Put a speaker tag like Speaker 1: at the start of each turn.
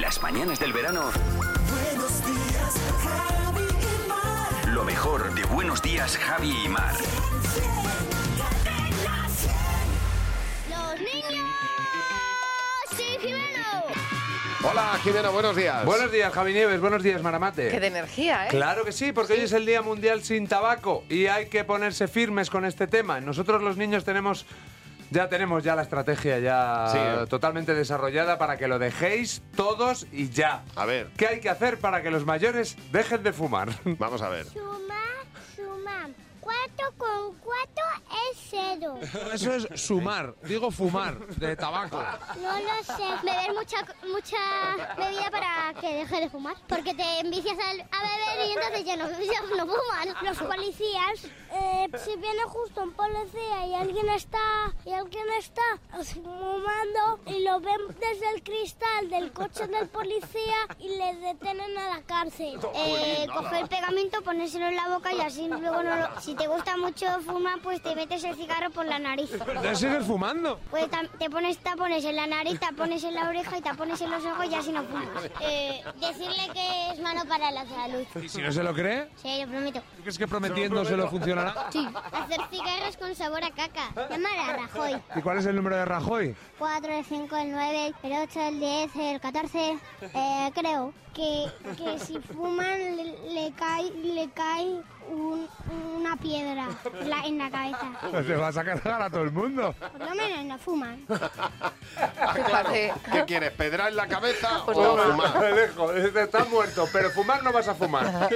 Speaker 1: las mañanas del verano. Buenos días, Javi y Mar. Lo mejor de Buenos días, Javi y Mar.
Speaker 2: Los niños. Sí, Jimeno.
Speaker 3: Hola, Jimena, buenos días.
Speaker 4: Buenos días, Javi Nieves. Buenos días, Maramate.
Speaker 5: Qué de energía, ¿eh?
Speaker 4: Claro que sí, porque hoy es el Día Mundial sin Tabaco y hay que ponerse firmes con este tema. Nosotros los niños tenemos ya tenemos ya la estrategia ya
Speaker 3: Sí, ¿eh?
Speaker 4: totalmente desarrollada para que lo dejéis todos y ya.
Speaker 3: A ver.
Speaker 4: ¿Qué hay que hacer para que los mayores dejen de fumar?
Speaker 3: Vamos a ver.
Speaker 2: Suma, suma. 4 con 4 es 0.
Speaker 6: Eso es sumar, digo fumar, de tabaco.
Speaker 2: No lo sé. Beber mucha, mucha bebida para que deje de fumar. Porque te envicias al- a beber y entonces ya no, ya no fuman. Los policías, eh, si viene justo un policía y alguien está y alguien está fumando y lo ven desde el cristal del coche del policía y le detenen a la cárcel. Eh, coge el pegamento, ponérselo en la boca y así luego no lo... Si te gusta mucho fumar, pues te metes el cigarro por la nariz.
Speaker 6: ¿Te sigues fumando?
Speaker 2: Pues tam- te pones tapones en la nariz, tapones en la oreja y tapones en los ojos y así no fumas. Eh, decirle que es malo para la salud.
Speaker 6: ¿Y si no se lo cree?
Speaker 2: Sí, lo prometo.
Speaker 6: ¿Tú crees que prometiéndoselo funcionará?
Speaker 2: Sí. Hacer cigarros con sabor a caca. Llamar a Rajoy.
Speaker 6: ¿Y cuál es el número de Rajoy?
Speaker 2: 4, el 5, el 9, el 8, el 10, el 14. Eh, creo que, que si fuman le, le cae, le cae un- una piedra en la- en la cabeza.
Speaker 6: Pues te vas a cargar a todo el mundo.
Speaker 2: Por lo menos no fuman.
Speaker 3: Ah, claro.
Speaker 5: Fíjate.
Speaker 3: ¿Qué quieres, pedra en la cabeza
Speaker 5: Pues
Speaker 3: o
Speaker 5: no.
Speaker 3: fumar?
Speaker 4: Lejos, estás muerto, pero fumar no vas a fumar.